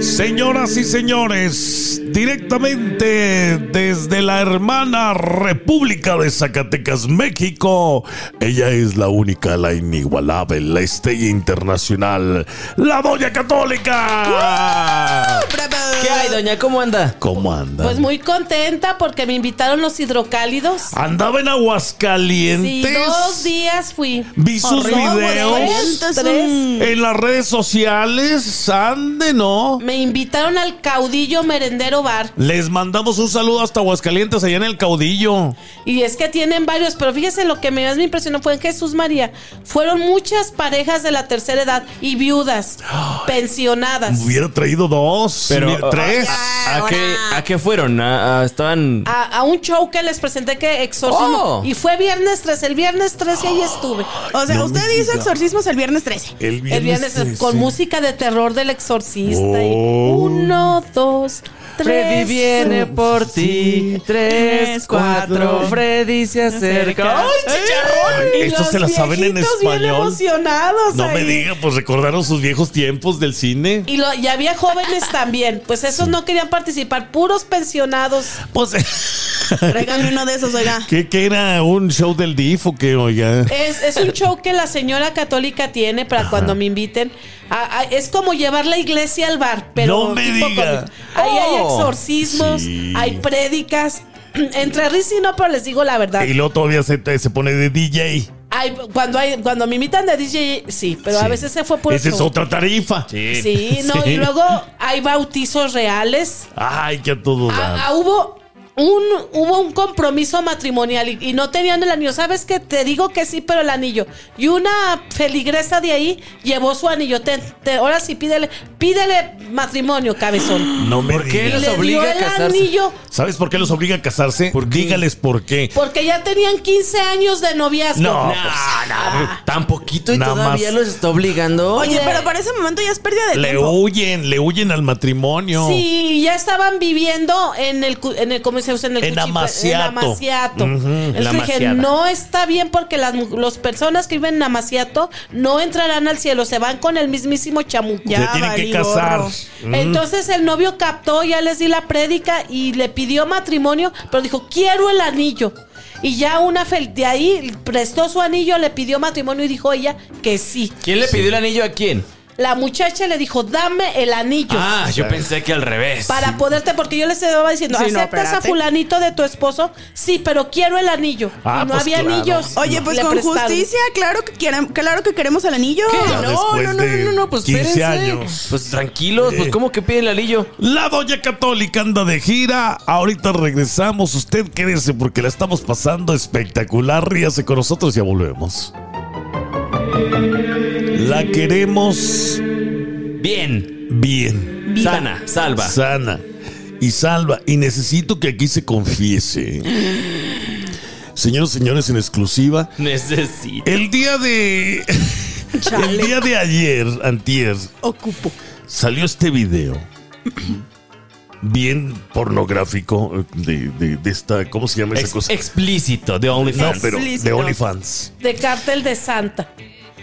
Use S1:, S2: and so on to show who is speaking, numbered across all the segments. S1: Señoras y señores, directamente desde la hermana República de Zacatecas, México, ella es la única, la inigualable, la estrella internacional, la doña católica.
S2: ¿Qué hay, doña? ¿Cómo anda?
S1: ¿Cómo anda?
S3: Pues muy contenta porque me invitaron los hidrocálidos.
S1: Andaba en
S3: Sí,
S1: Aguascalientes.
S3: dos días fui.
S1: Vi sus
S3: Horrible.
S1: videos
S3: Tres, tres.
S1: en las redes sociales. Ande, ¿no?
S3: Me invitaron al caudillo merendero bar.
S1: Les mandamos un saludo hasta Aguascalientes, allá en el caudillo.
S3: Y es que tienen varios, pero fíjese lo que más me impresionó fue en Jesús María. Fueron muchas parejas de la tercera edad y viudas, pensionadas.
S1: Pues Hubiera traído dos,
S2: Pero,
S1: mira, tres.
S2: ¿A, a qué, a qué fueron? ¿A- a- estaban.
S3: A, a un show que les presenté que exorcismo.
S2: Oh.
S3: Y fue viernes 13, el viernes 13 ahí estuve.
S4: O sea,
S1: No me
S4: usted hizo
S1: diga.
S4: exorcismos el viernes 13.
S1: El viernes,
S3: El viernes
S1: trece.
S3: con música de terror del exorcista. y
S1: Oh.
S3: uno, dos, tres.
S2: Freddy viene por ti. Tres,
S4: Tres, cuatro.
S2: cuatro. Freddy se acerca.
S4: Acerca.
S2: ¡Ay, chicharrón!
S3: Y
S1: Estos
S3: los
S1: se la saben en
S3: viejitos bien
S1: español.
S3: emocionados
S1: No me
S3: ahí.
S1: digan, pues recordaron sus viejos tiempos del cine.
S3: Y, lo- y había jóvenes también, pues esos no querían participar, puros pensionados.
S1: Pues,
S4: Tráigame uno de esos, oiga.
S1: ¿qué, qué era? ¿Un show del DIF o qué, oiga?
S3: Es, es un show que la señora católica tiene para cuando me inviten. A- a- es como llevar la iglesia al bar, pero
S1: No me diga.
S3: ahí hay
S2: Oh.
S3: exorcismos,
S1: Sí.
S3: hay prédicas. Entre risa y no, pero les digo la verdad.
S1: Y luego todavía se, se pone de DJ.
S3: Hay- cuando hay, cuando me invitan de DJ, sí, pero a
S1: Sí.
S3: veces se fue por
S1: Esa es otra tarifa.
S3: Sí, no,
S1: Sí.
S3: y luego hay bautizos reales.
S1: Ay, que a todo
S3: Ah,
S1: dar.
S3: ah, hubo un hubo un compromiso matrimonial y, y no tenían el anillo. ¿Sabes qué? Te digo que sí, pero el anillo. Y una feligresa de ahí llevó su anillo. Te- te- ahora sí pídele, pídele matrimonio, cabezón.
S1: No me
S2: ¿Por qué
S1: digan.
S2: los
S3: Le dio
S2: obliga a
S3: el
S2: casarse?
S3: anillo
S1: ¿Sabes por qué los obliga a casarse? Dígales por qué.
S3: porque ya tenían 15 años de noviazgo.
S1: No,
S2: No,
S1: pues,
S2: no, tan poquito y
S1: Nada
S2: todavía
S1: más.
S2: los está obligando.
S4: Oye, pero para ese momento ya es pérdida de
S1: Le
S4: tiempo.
S1: huyen, le huyen al matrimonio.
S3: Sí, ya estaban viviendo en el, cu- en el ¿cómo se usa? En el
S1: En
S3: cuchipa-
S1: Amaciato.
S3: En Amaciato.
S1: Ujú,
S3: Entonces
S2: la
S3: dije,
S2: Amaciada.
S3: no está bien porque las mu- los personas que viven en Amaciato no entrarán al cielo, se van con el mismísimo chamuco.
S1: se
S4: Ya
S1: tienen que
S4: valí
S1: casar.
S4: gorro.
S3: Entonces el novio captó, ya les di la prédica y le pidió matrimonio, pero dijo, quiero el anillo. Y ya una fel- de ahí prestó su anillo, le pidió matrimonio y dijo ella que sí.
S2: ¿Quién le pidió el anillo a quién?
S3: La muchacha le dijo, dame el anillo.
S2: Ah, yo pensé que al revés.
S3: Para poderte, porque yo les estaba diciendo,
S4: Sí, no,
S3: ¿aceptas a
S4: espérate.
S3: fulanito de tu esposo? Sí, pero quiero el anillo.
S1: Ah,
S3: y no
S1: pues
S3: había
S1: claro.
S3: anillos.
S4: Oye, pues
S3: Le
S4: con
S3: prestaron.
S4: justicia, claro que, queremos, claro que queremos el anillo.
S2: ¿Qué?
S1: Ya
S2: Ah, No,
S1: después
S2: no, no,
S1: de
S2: no, no, no, pues
S1: 15
S2: espérense.
S1: años.
S2: Pues tranquilos, pues ¿cómo que piden el anillo?
S1: La doña católica anda de gira. Ahorita regresamos. Usted quédese porque la estamos pasando espectacular. Ríase con nosotros, ya volvemos. La queremos
S2: Bien,
S1: bien,
S2: sana, salva.
S1: sana y salva. Y necesito que aquí se confiese. Señoras y señores, en exclusiva,
S2: Necesito.
S1: el día de. El
S4: Chale,
S1: día de ayer, antier,
S4: ocupo.
S1: salió este video bien pornográfico eh, de, de- de esta, ¿cómo se llama esa
S2: Ex-
S1: cosa?
S2: explícito de
S1: Pues, no,
S2: OnlyFans.
S1: pero de
S4: explícito.
S1: OnlyFans.
S3: De cártel de Santa.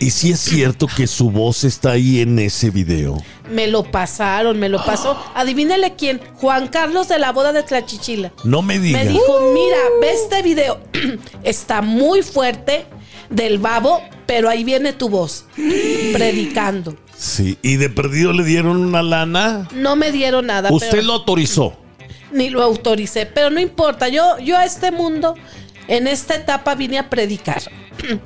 S1: Y sí es cierto que su voz está ahí en ese video.
S3: Me lo pasaron, me lo pasó. Adivínele quién. Juan Carlos de la boda de Tlachichila.
S1: No me diga. Uh.
S3: Me dijo, mira, ve este video. Está muy fuerte del babo, pero ahí viene tu voz. predicando.
S1: Sí, y de perdido le dieron una lana.
S3: No me dieron nada.
S1: Usted
S3: pero-
S1: lo autorizó.
S3: ni lo autoricé, pero no importa, yo, yo a este mundo, en esta etapa vine a predicar.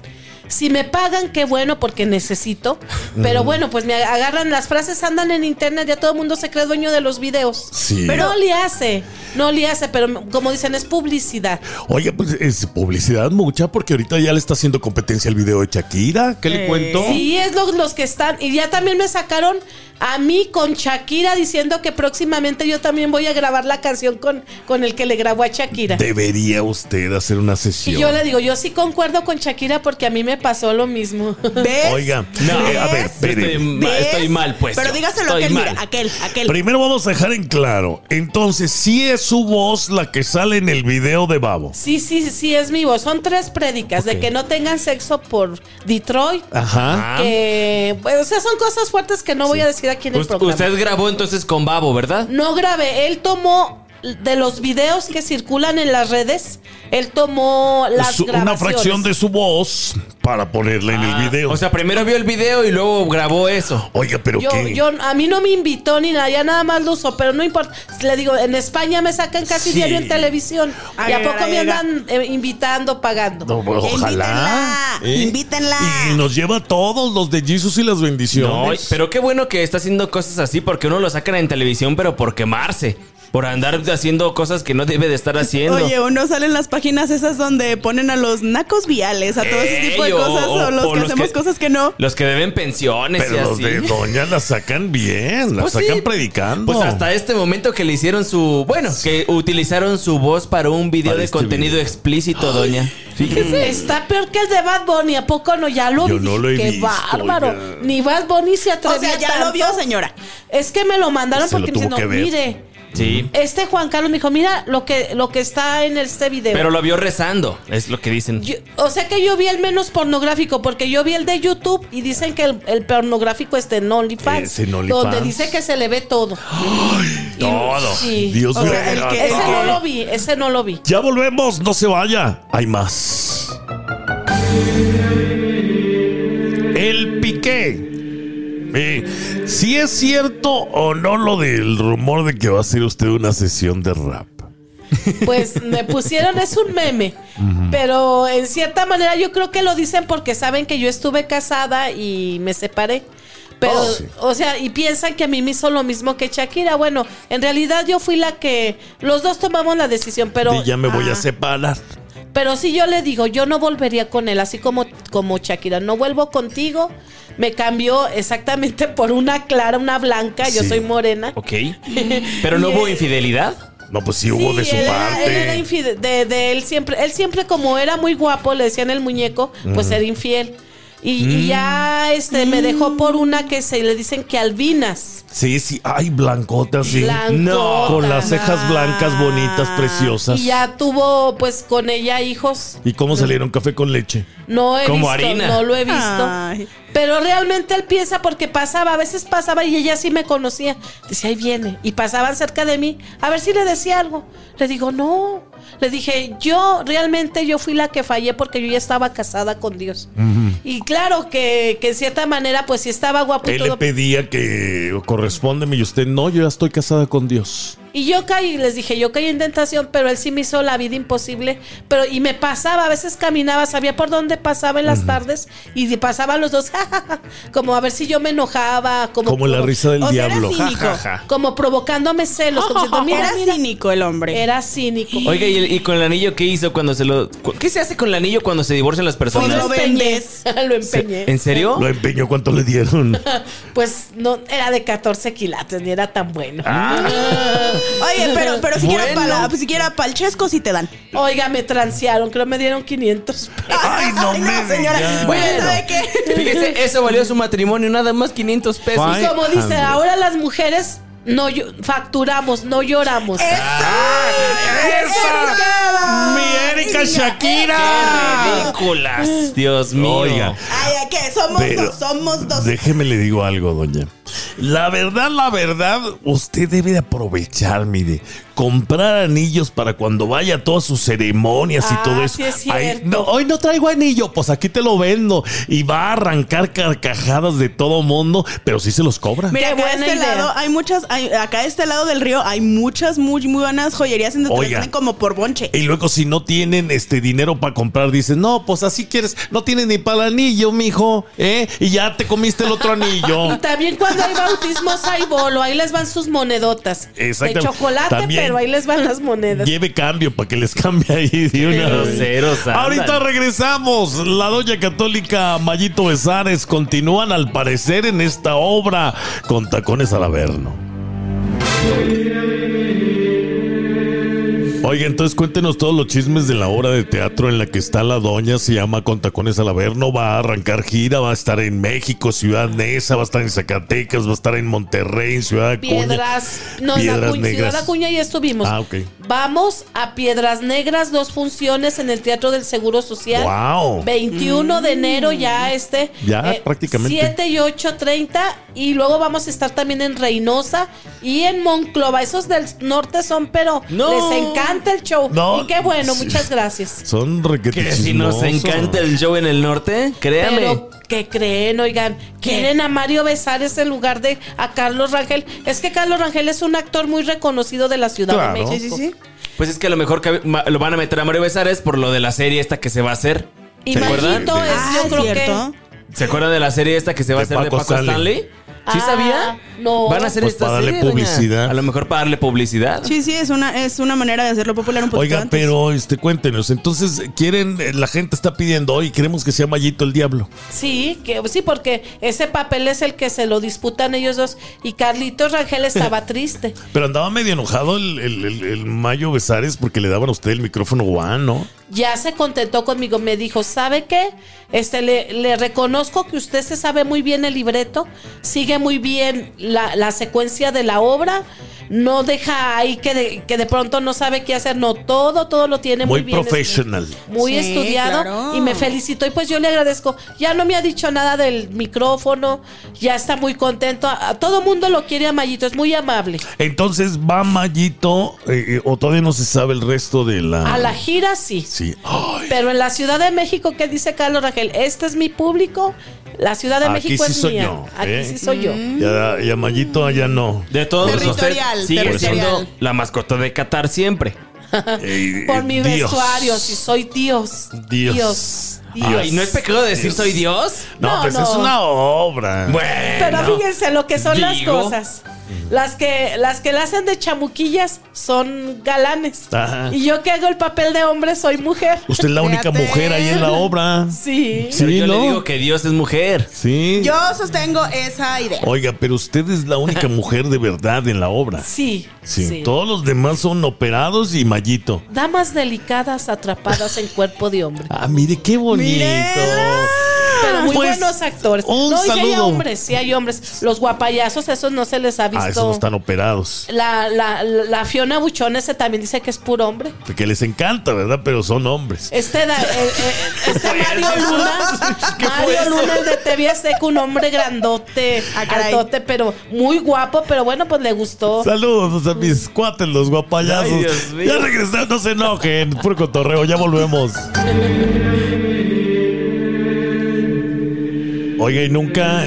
S3: Si me pagan, qué bueno, porque necesito. Pero bueno, pues me agarran las frases, andan en internet, ya todo el mundo se cree dueño de los videos.
S1: Sí.
S3: Pero no le hace, no le hace, pero como dicen, es publicidad.
S1: Oye, pues es publicidad mucha porque ahorita ya le está haciendo competencia el video de Shakira. ¿Qué le
S4: Eh.
S1: cuento?
S3: Sí, es lo- los que están. Y ya también me sacaron a mí con Shakira diciendo que próximamente yo también voy a grabar la canción con, con el que le grabó a Shakira.
S1: Debería usted hacer una
S3: Y
S1: sesión.
S3: yo le digo, yo sí concuerdo con Shakira porque a mí me me pasó lo mismo.
S4: ¿Ves?
S1: Oiga,
S2: No,
S1: eh, a ver,
S4: ¿Ves?
S1: espere.
S2: estoy, ma-
S4: ¿Ves?
S2: estoy mal, pues.
S4: Pero
S2: yo.
S4: dígaselo
S2: Estoy
S4: aquel, mira,
S2: mal.
S4: aquel, aquel.
S1: Primero vamos a dejar en claro. Entonces, sí es su voz la que sale en el video de Babo.
S3: Sí, sí, sí, es mi voz. Son tres prédicas de
S2: Ok.
S3: que no tengan sexo por Detroit.
S1: Ajá.
S3: Que, pues, o sea, son cosas fuertes que no voy a decir aquí en el
S2: Ust-
S3: programa.
S2: usted grabó entonces con Babo, ¿verdad?
S3: No grabé, él tomó de los videos que circulan en las redes, él tomó las
S1: Su- una
S3: grabaciones.
S1: fracción de su voz para ponerla en
S2: Ah,
S1: el video.
S2: O sea, primero vio el video y luego grabó eso.
S1: Oiga, pero
S3: Yo,
S1: qué.
S3: yo, a mí no me invitó ni nada, ya nada más lo uso, pero no importa. Le digo, en España me sacan casi
S2: Sí.
S3: diario en televisión.
S4: Ay,
S3: ¿Y a
S4: mira,
S3: poco me
S4: mira.
S3: andan eh, invitando, pagando?
S1: No, pues, ojalá. Eh,
S4: Invítenla, invítenla.
S1: Y nos lleva a todos los de Jesus y las
S2: No,
S1: bendiciones.
S2: pero qué bueno que está haciendo cosas así porque uno lo sacan en televisión, pero por quemarse. Por andar haciendo cosas que no debe de estar haciendo.
S4: Oye, uno sale en las páginas esas donde ponen a los nacos viales, a todo ese
S2: Ey,
S4: tipo de
S2: o-
S4: cosas, o,
S2: o-
S4: los
S2: o
S4: que
S2: los
S4: hacemos
S2: que-
S4: cosas que no.
S2: Los que deben pensiones y
S1: Pero los
S2: así.
S1: de Doña la sacan bien, la
S2: Pues sí.
S1: sacan predicando.
S2: Pues hasta este momento que le hicieron su. Bueno, que utilizaron su voz para un video
S1: Para
S2: de
S1: este
S2: contenido
S1: video.
S2: explícito, doña.
S3: Fíjese, está peor que el de Bad Bunny, ¿a poco no? Ya lo
S1: Mm. Yo
S3: vi.
S1: no lo he
S3: Qué
S1: visto,
S3: bárbaro.
S1: oiga.
S3: Ni Bad Bunny se
S4: O
S3: atrevió
S4: sea, ya
S3: tanto.
S4: lo vio, señora.
S3: Es que me lo mandaron
S1: Se lo
S3: porque me
S1: tuvo que
S3: dicen, no,
S1: ver.
S3: mire,
S2: Sí.
S3: este Juan Carlos me dijo, mira lo que, lo que está en este video.
S2: Pero lo vio rezando, es lo que dicen.
S3: Yo- o sea que yo vi el menos pornográfico, porque yo vi el de YouTube y dicen que el, el pornográfico está en OnlyFans.
S1: Es en OnlyFans.
S3: Donde dice que se le ve todo. Y-
S1: Todo.
S3: sí.
S1: Dios
S4: O
S1: mío.
S4: sea, el que-
S3: Ese
S4: Ok.
S3: no lo vi, ese no lo vi.
S1: Ya volvemos, no se vaya. Hay más. El piqué. Eh, si es cierto o no lo del rumor de que va a hacer usted una sesión de rap.
S3: Pues me pusieron, es un meme. Pero en cierta manera yo creo que lo dicen porque saben que yo estuve casada y me separé. Pero,
S1: Oh, sí.
S3: o sea, y piensan que a mí me hizo lo mismo que Shakira. Bueno, en realidad yo fui la que. Los dos tomamos la decisión, pero.
S1: y ya me voy
S3: Ah.
S1: a separar.
S3: Pero sí yo le digo, yo no volvería con él, así como, como Shakira, no vuelvo contigo. Me cambió exactamente por una clara, una blanca, yo
S1: Sí.
S3: soy morena.
S2: Ok. Pero no
S3: Y,
S2: hubo
S3: eh,
S2: infidelidad.
S1: No, pues sí hubo
S3: Sí,
S1: de su
S3: él era-
S1: parte.
S3: él era infide- de, de él siempre, él siempre como era muy guapo, le decían el muñeco, pues era infiel. Y, y
S1: Mm.
S3: ya este me dejó por una que se le dicen que albinas.
S1: Sí, sí. Ay, blancota, sí.
S3: Blancota.
S1: No, con las cejas blancas, bonitas,
S4: Ah.
S1: preciosas.
S3: Y ya tuvo pues con ella hijos.
S1: ¿Y cómo salieron café con leche?
S3: No he
S2: Como
S3: visto,
S2: harina.
S3: no lo he visto.
S4: Ay.
S3: Pero realmente él piensa porque pasaba, a veces pasaba y ella sí me conocía. Dice, ahí viene. Y pasaban cerca de mí. A ver si le decía algo. Le digo, no. Le dije, yo realmente yo fui la que fallé porque yo ya estaba casada con Dios. Y claro que, que en cierta manera, pues sí estaba guapo y
S1: Él le
S3: todo.
S1: pedía que correspóndeme y usted no, yo ya estoy casada con Dios.
S3: Y yo caí, les dije, yo caí en tentación, pero él sí me hizo la vida imposible. Pero, y me pasaba, a veces caminaba, sabía por dónde pasaba en las tardes, y de- pasaban los dos, como a ver si yo me enojaba, como,
S1: Como la risa del
S4: O sea, era
S1: diablo.
S4: cínico.
S1: Ja, ja, ja.
S3: como provocándome celos, como diciendo, mira,
S4: Era
S3: mira".
S4: cínico el hombre.
S3: Era cínico.
S2: Oiga, ¿y, el- y con el anillo qué hizo cuando se lo. cu- ¿Qué se hace con el anillo cuando se divorcian las
S4: Pues
S2: personas?
S4: lo
S3: empeñé.
S4: vendes.
S3: lo empeñé.
S2: ¿En serio?
S1: Lo empeñó cuánto le dieron.
S3: Pues no, era de 14 quilates, ni era tan bueno.
S2: Ah.
S4: Oye, pero, pero siquiera
S2: Bueno.
S4: para siquiera para el chesco sí te dan.
S3: Oiga, me transearon, creo me dieron 500 pesos.
S1: Ay, no me digas.
S4: señora. Bueno, ¿sabe qué?
S2: Fíjese, eso valió su matrimonio, nada más 500 pesos.
S1: Ay,
S3: Y como dice,
S1: Andrea.
S3: ahora las mujeres no llo- facturamos, no lloramos.
S2: Ah.
S1: ¡Esa! ¡Mi Erika
S2: ¡Qué
S1: Shakira!
S2: ridículas! Dios mío.
S1: Oiga.
S4: Ay, ¿a qué? Somos
S1: Pero-
S4: dos, somos dos.
S1: Déjeme le digo algo, doña. La verdad, la verdad, usted debe de aprovechar, mire, comprar anillos para cuando vaya a todas sus ceremonias
S3: Ah,
S1: y todo eso.
S3: sí es
S1: Ay,
S3: cierto.
S1: no, hoy no traigo anillo, pues aquí te lo vendo. Y va a arrancar carcajadas de todo mundo, pero sí se los cobra.
S3: Qué
S4: Mira, acá de
S3: buena
S4: este
S3: idea.
S4: lado hay muchas, hay- acá de este lado del río hay muchas muy, muy buenas joyerías en donde te
S1: Oiga.
S4: venden como por bonche.
S1: Y luego si no tienen este dinero para comprar, dicen, no, pues así quieres, no tienes ni para el anillo, mijo, ¿eh? Y ya te comiste el otro
S3: Y
S1: anillo.
S3: también cuando hay bautismos hay bolo, ahí les van sus monedotas.
S1: Exactamente.
S3: De chocolate,
S1: También.
S3: pero ahí les van las monedas.
S1: Lleve cambio para que les cambie ahí de una
S2: Pero
S1: vez.
S2: ceros andan.
S1: Ahorita regresamos. La doña católica Mayito Besares continúan al parecer en esta obra con tacones al averno. Oiga, entonces cuéntenos todos los chismes de la obra de teatro en la que está la doña, se llama Con Tacones al Averno, va a arrancar gira, va a estar en México, Ciudad Neza, va a estar en Zacatecas, va a estar en Monterrey, en Ciudad Acuña.
S3: Piedras, no, en
S1: Piedras
S3: Acuña,
S1: Negras.
S3: Ciudad Acuña ya estuvimos.
S1: Ah, ok.
S3: Vamos a Piedras Negras, dos funciones en el Teatro del Seguro Social.
S1: ¡Wow!
S3: 21 de
S2: Mm.
S3: enero ya este.
S1: Ya, prácticamente.
S3: 7 y 8, 30. Y luego vamos a estar también en Reynosa y en Monclova. Esos del norte son, pero
S2: No.
S3: les encanta el show.
S1: No.
S3: Y qué bueno,
S1: Sí.
S3: muchas gracias.
S1: Son requete
S2: Que si nos
S1: chismosos.
S2: encanta el show en el norte, créame.
S3: Pero que creen, oigan, quieren a Mario Besares en lugar de a Carlos Rangel. Es que Carlos Rangel es un actor muy reconocido de la Ciudad
S1: Claro.
S3: de México.
S4: Sí, sí, sí.
S2: Pues es que a lo mejor cabe- ma- lo van a meter a Mario Besares por lo de la serie esta que se va a hacer.
S3: Y
S2: ¿Se acuerdan?
S3: Mayito es,
S4: Ah,
S3: yo
S4: es
S3: creo
S4: cierto.
S3: que.
S2: ¿Se acuerdan de la serie esta que se va a
S1: De
S2: hacer de
S1: Paco
S2: Paco
S1: Stanley.
S2: Stanley? ¿Sí
S3: Ah,
S2: sabía?
S4: oh.
S3: no.
S2: Van a hacer
S1: Pues
S2: esta
S1: para darle
S2: serie, doña.
S1: publicidad.
S2: A lo mejor para darle publicidad.
S4: Sí, sí, es una, es una manera de hacerlo popular un poquito
S1: Oiga,
S4: antes.
S1: pero este, cuéntenos, entonces quieren, eh, la gente está pidiendo hoy, queremos que sea Mayito el Diablo.
S3: Sí, que, sí, porque ese papel es el que se lo disputan ellos dos. Y Carlitos Rangel estaba triste.
S1: Pero andaba medio enojado el, el- el- el Mayo Besares porque le daban a usted el micrófono guano. ¿no?
S3: Ya se contentó conmigo. Me dijo, ¿sabe qué? Este, le, le reconozco que usted se sabe muy bien el libreto, sigue muy bien la, la secuencia de la obra, no deja ahí que de, que de pronto no sabe qué hacer. No, todo, todo lo tiene muy,
S1: Muy
S3: bien.
S1: professional.
S3: muy
S4: Sí,
S3: estudiado
S4: claro.
S3: y me felicitó y pues yo le agradezco. Ya no me ha dicho nada del micrófono, ya está muy contento. A, a todo mundo lo quiere a Mayito, es muy amable.
S1: Entonces va Mayito, eh, eh, o todavía no se sabe el resto de la.
S3: A la gira sí.
S1: Sí. Ay,
S3: Pero en la Ciudad de México, ¿qué dice Carlos Rangel? Este es mi público, la Ciudad de
S1: Aquí
S3: México
S1: sí
S3: es
S1: soy
S3: mía.
S1: yo,
S3: Aquí
S1: ¿eh?
S3: sí soy yo.
S1: ya, ya Mayito allá no.
S2: De todos modos, usted
S4: Territorial,
S2: sigue
S4: territorial.
S2: siendo la mascota de Qatar siempre.
S1: Eh,
S3: Por
S1: eh,
S3: mi
S1: Dios.
S3: vestuario, si soy Dios.
S1: Dios. Dios.
S2: Ay, ¿no es pecado decir
S1: Dios.
S2: soy Dios?
S1: No,
S3: No,
S1: pues
S3: no.
S1: es una obra.
S3: Pero fíjense lo que son las
S2: Digo.
S3: cosas. Las que las que la hacen de chamuquillas son galanes.
S1: Ajá.
S3: Y yo que hago el papel de hombre soy mujer.
S1: Usted es la única
S4: Fíjate.
S1: mujer ahí en la obra.
S3: Sí.
S1: Sí,
S2: Pero yo
S1: ¿no?
S2: le digo que Dios es mujer.
S1: Sí.
S4: Yo sostengo esa idea.
S1: Oiga, pero usted es la única mujer de verdad en la obra.
S3: Sí.
S1: Sí.
S3: sí.
S1: Todos los demás son operados y Mayito.
S3: Damas delicadas atrapadas en cuerpo de hombre.
S1: Ah, mire, qué bonito.
S4: Mírela.
S3: Pero muy
S1: Pues,
S3: buenos actores.
S1: un
S3: no, y sí hay
S1: saludo.
S3: hombres, sí hay hombres. Los guapayazos, esos no se les ha visto.
S1: Ah, esos no están operados.
S3: La, la, la Fiona Buchón ese también dice que es puro hombre.
S1: Porque les encanta, ¿verdad? Pero son hombres.
S3: Este, da- eh, eh, este Mario Luna,
S2: fue
S3: Mario
S2: eso?
S3: Luna el de TV Seco, un hombre grandote,
S4: Ah, caray.
S3: altote, pero muy guapo, pero bueno, pues le gustó.
S1: Saludos a mis cuates, los guapayazos.
S2: Oh. Ay, Dios mío.
S1: ya regresamos, no se enojen. Puro cotorreo, ya volvemos. Oiga, y nunca,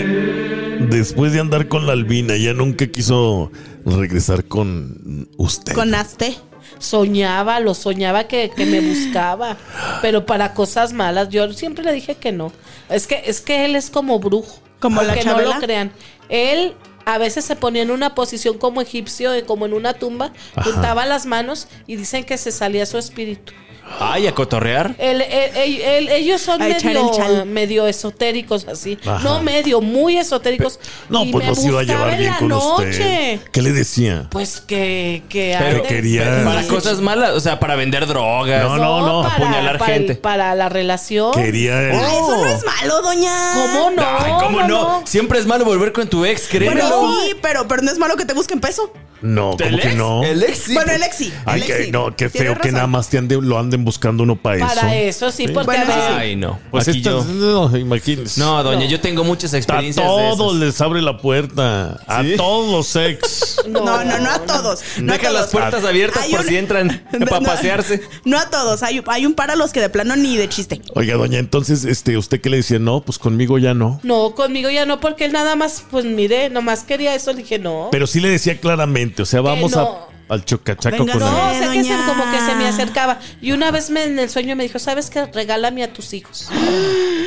S1: después de andar con la albina, ya nunca quiso regresar con usted.
S4: Con Aste.
S3: Soñaba, lo soñaba que, que me buscaba, pero para cosas malas. Yo siempre le dije que no. Es que, es que él es como brujo.
S4: ¿Como la
S3: aunque no
S4: Chabela?
S3: lo crean. Él a veces se ponía en una posición como egipcio, eh, como en una tumba,
S1: Ajá.
S3: juntaba las manos y dicen que se salía su espíritu.
S2: Ay, a cotorrear.
S3: El- el- el- el- ellos son
S4: A echar
S3: medio,
S4: el chal.
S3: medio esotéricos así.
S1: Ajá.
S3: No medio, muy esotéricos.
S1: No,
S3: Y
S1: pues
S3: me
S1: no se iba a
S3: buscaba
S1: llevar
S3: en
S1: bien
S3: la
S1: con
S3: noche.
S1: usted. ¿Qué le decía?
S3: Pues que, que
S2: Pero
S3: ande-
S1: quería-
S3: pero-
S2: Para cosas malas, o sea, para vender drogas.
S1: No, no, no.
S3: Para,
S2: Apuñalar
S3: para el-
S2: gente.
S3: para la relación.
S1: Quería el-
S3: Oh.
S4: Ay, Ah, eso no es malo, doña.
S3: ¿Cómo no?
S2: Ay, ¿cómo no? Siempre es malo volver con tu ex, créemelo.
S4: Bueno, sí, pero, pero no es malo que te busquen peso.
S1: No,
S2: ¿El
S1: como que
S2: ex?
S1: no.
S2: El ex sí. pues,
S4: bueno, el ex sí.
S1: Ay,
S4: el ex
S1: que,
S4: sí.
S1: no, qué feo
S4: Tienes
S1: que
S4: razón.
S1: nada más te anden- lo anden buscando uno para eso.
S3: Para eso, sí, porque
S4: Bueno,
S3: a veces-
S4: sí.
S2: Ay, no.
S1: Pues
S2: Aquí
S1: estas-
S2: yo-
S1: no, imagínese.
S2: No, doña, yo tengo muchas
S1: a
S2: experiencias de
S1: todos
S2: esas.
S1: les abre la puerta. A
S2: ¿Sí?
S1: todos los ex.
S4: No, no, no a todos. No a
S2: Deja las
S4: todos.
S2: puertas abiertas
S4: Hay
S2: por
S4: un-
S2: si entran
S4: No,
S2: para
S4: no.
S2: pasearse.
S4: No a todos. Hay, hay un par a los que de plano ni de chiste.
S1: Oiga, doña, entonces, este, ¿usted qué le decía? No, pues conmigo ya no.
S3: No, conmigo ya no, porque él nada más, pues mire, nomás quería eso, le dije no.
S1: Pero sí le decía claramente, o sea, vamos
S3: no.
S1: a, al chocachaco
S4: Venga,
S1: con
S3: no,
S1: él.
S3: o sea que se,
S4: Doña.
S3: como que se me acercaba. Y una vez me, en el sueño me dijo, ¿sabes qué? Regálame a tus hijos.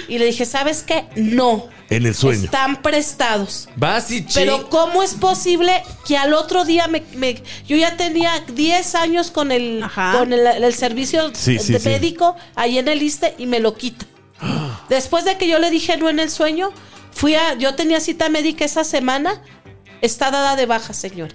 S3: Y le dije, ¿sabes qué? No.
S1: en el sueño.
S3: Están prestados.
S2: Vas y chi-
S3: Pero ¿cómo es posible que al otro día me, me- yo ya tenía 10 años con el
S4: Ajá.
S3: con el, el servicio
S1: Sí, sí,
S3: de
S1: sí.
S3: médico ahí en el ISTE y me lo quita? Después de que yo le dije no en el sueño, fui a yo tenía cita médica esa semana, está dada de baja, señor.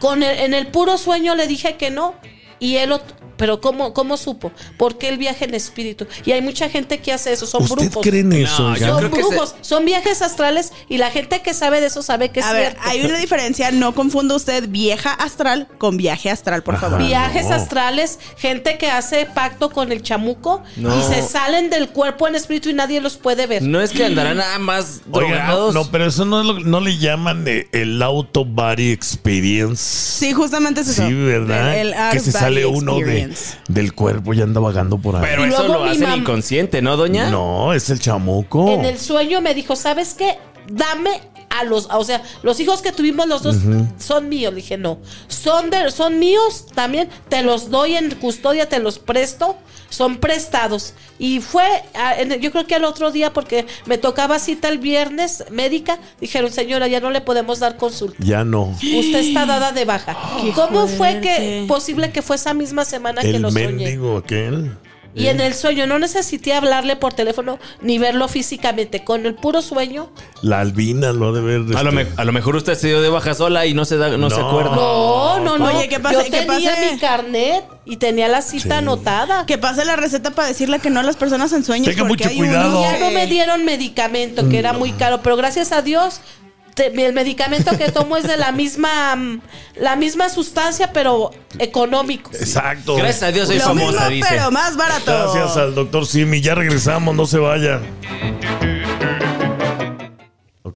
S3: Con el- en el puro sueño le dije que no y él, ot- pero ¿cómo, cómo supo? Porque él viaja en espíritu. Y hay mucha gente que hace eso, son
S1: ¿Usted
S3: brujos.
S1: cree en
S2: No,
S1: eso? oiga?
S3: Son
S2: yo creo que se-
S3: brujos, son viajes astrales y la gente que sabe de eso sabe que es
S4: A ver,
S3: cierto.
S4: hay una diferencia, no confunda usted vieja astral con viaje astral, por favor.
S1: Ajá.
S3: Viajes
S1: no.
S3: astrales, gente que hace pacto con el chamuco
S2: No.
S3: y se salen del cuerpo en espíritu y nadie los puede ver.
S2: No es que andarán nada más
S1: Oiga, no,
S2: drogados.
S1: no, pero eso no, es lo- no le llaman eh, el auto body experience.
S4: Sí, justamente es eso.
S1: Sí, ¿verdad?
S4: El
S1: que se
S4: out-of-body
S1: sale uno de,
S4: experience.
S1: del cuerpo y anda vagando por ahí.
S2: Pero
S3: Y
S2: eso
S3: luego
S2: lo
S3: mi
S2: hacen
S3: mam-
S2: inconsciente, ¿no, doña?
S1: no, es el chamuco.
S3: En el sueño me dijo, ¿sabes qué? Dame a los, o sea, los hijos que tuvimos los dos son míos. Le dije, no, son, de, son míos también, te los doy en custodia, te los presto, son prestados. Y fue, a- en- yo creo que al otro día, porque me tocaba cita el viernes médica, dijeron, señora, ya no le podemos dar consulta.
S1: Ya no.
S3: Usted está dada de baja.
S4: Qué
S3: ¿Cómo fue que
S4: fuerte.
S3: posible que fue esa misma semana que
S1: El
S3: lo soñé?
S1: mendigo aquel.
S3: Y en el sueño no necesité hablarle por teléfono ni verlo físicamente. Con el puro sueño,
S1: La albina lo ha de ver.
S2: A lo,
S1: este,
S2: me- a lo mejor usted se dio de baja sola y no se da, no, se
S1: No.
S2: acuerda.
S3: Oh, no, no, no.
S4: Ah, Oye, ¿qué pasa-
S3: Yo
S4: qué
S3: tenía
S4: pasa?
S3: mi carnet y tenía la cita
S1: Sí.
S3: anotada.
S4: Que pase la receta para decirle que no a las personas en sueños.
S1: Tenga
S4: porque
S1: mucho
S4: hay unos
S1: cuidado.
S3: Ya no
S4: que-
S3: me dieron medicamento, que era muy
S4: Mm.
S3: caro, pero gracias a Dios te- el medicamento que tomo es de la misma mm, la misma sustancia, pero económico.
S1: Exacto.
S2: Gracias a Dios soy
S4: Lo
S2: famosa,
S4: mismo,
S2: dice.
S4: pero más barato.
S1: Gracias al doctor Simi. Ya regresamos, no se vaya.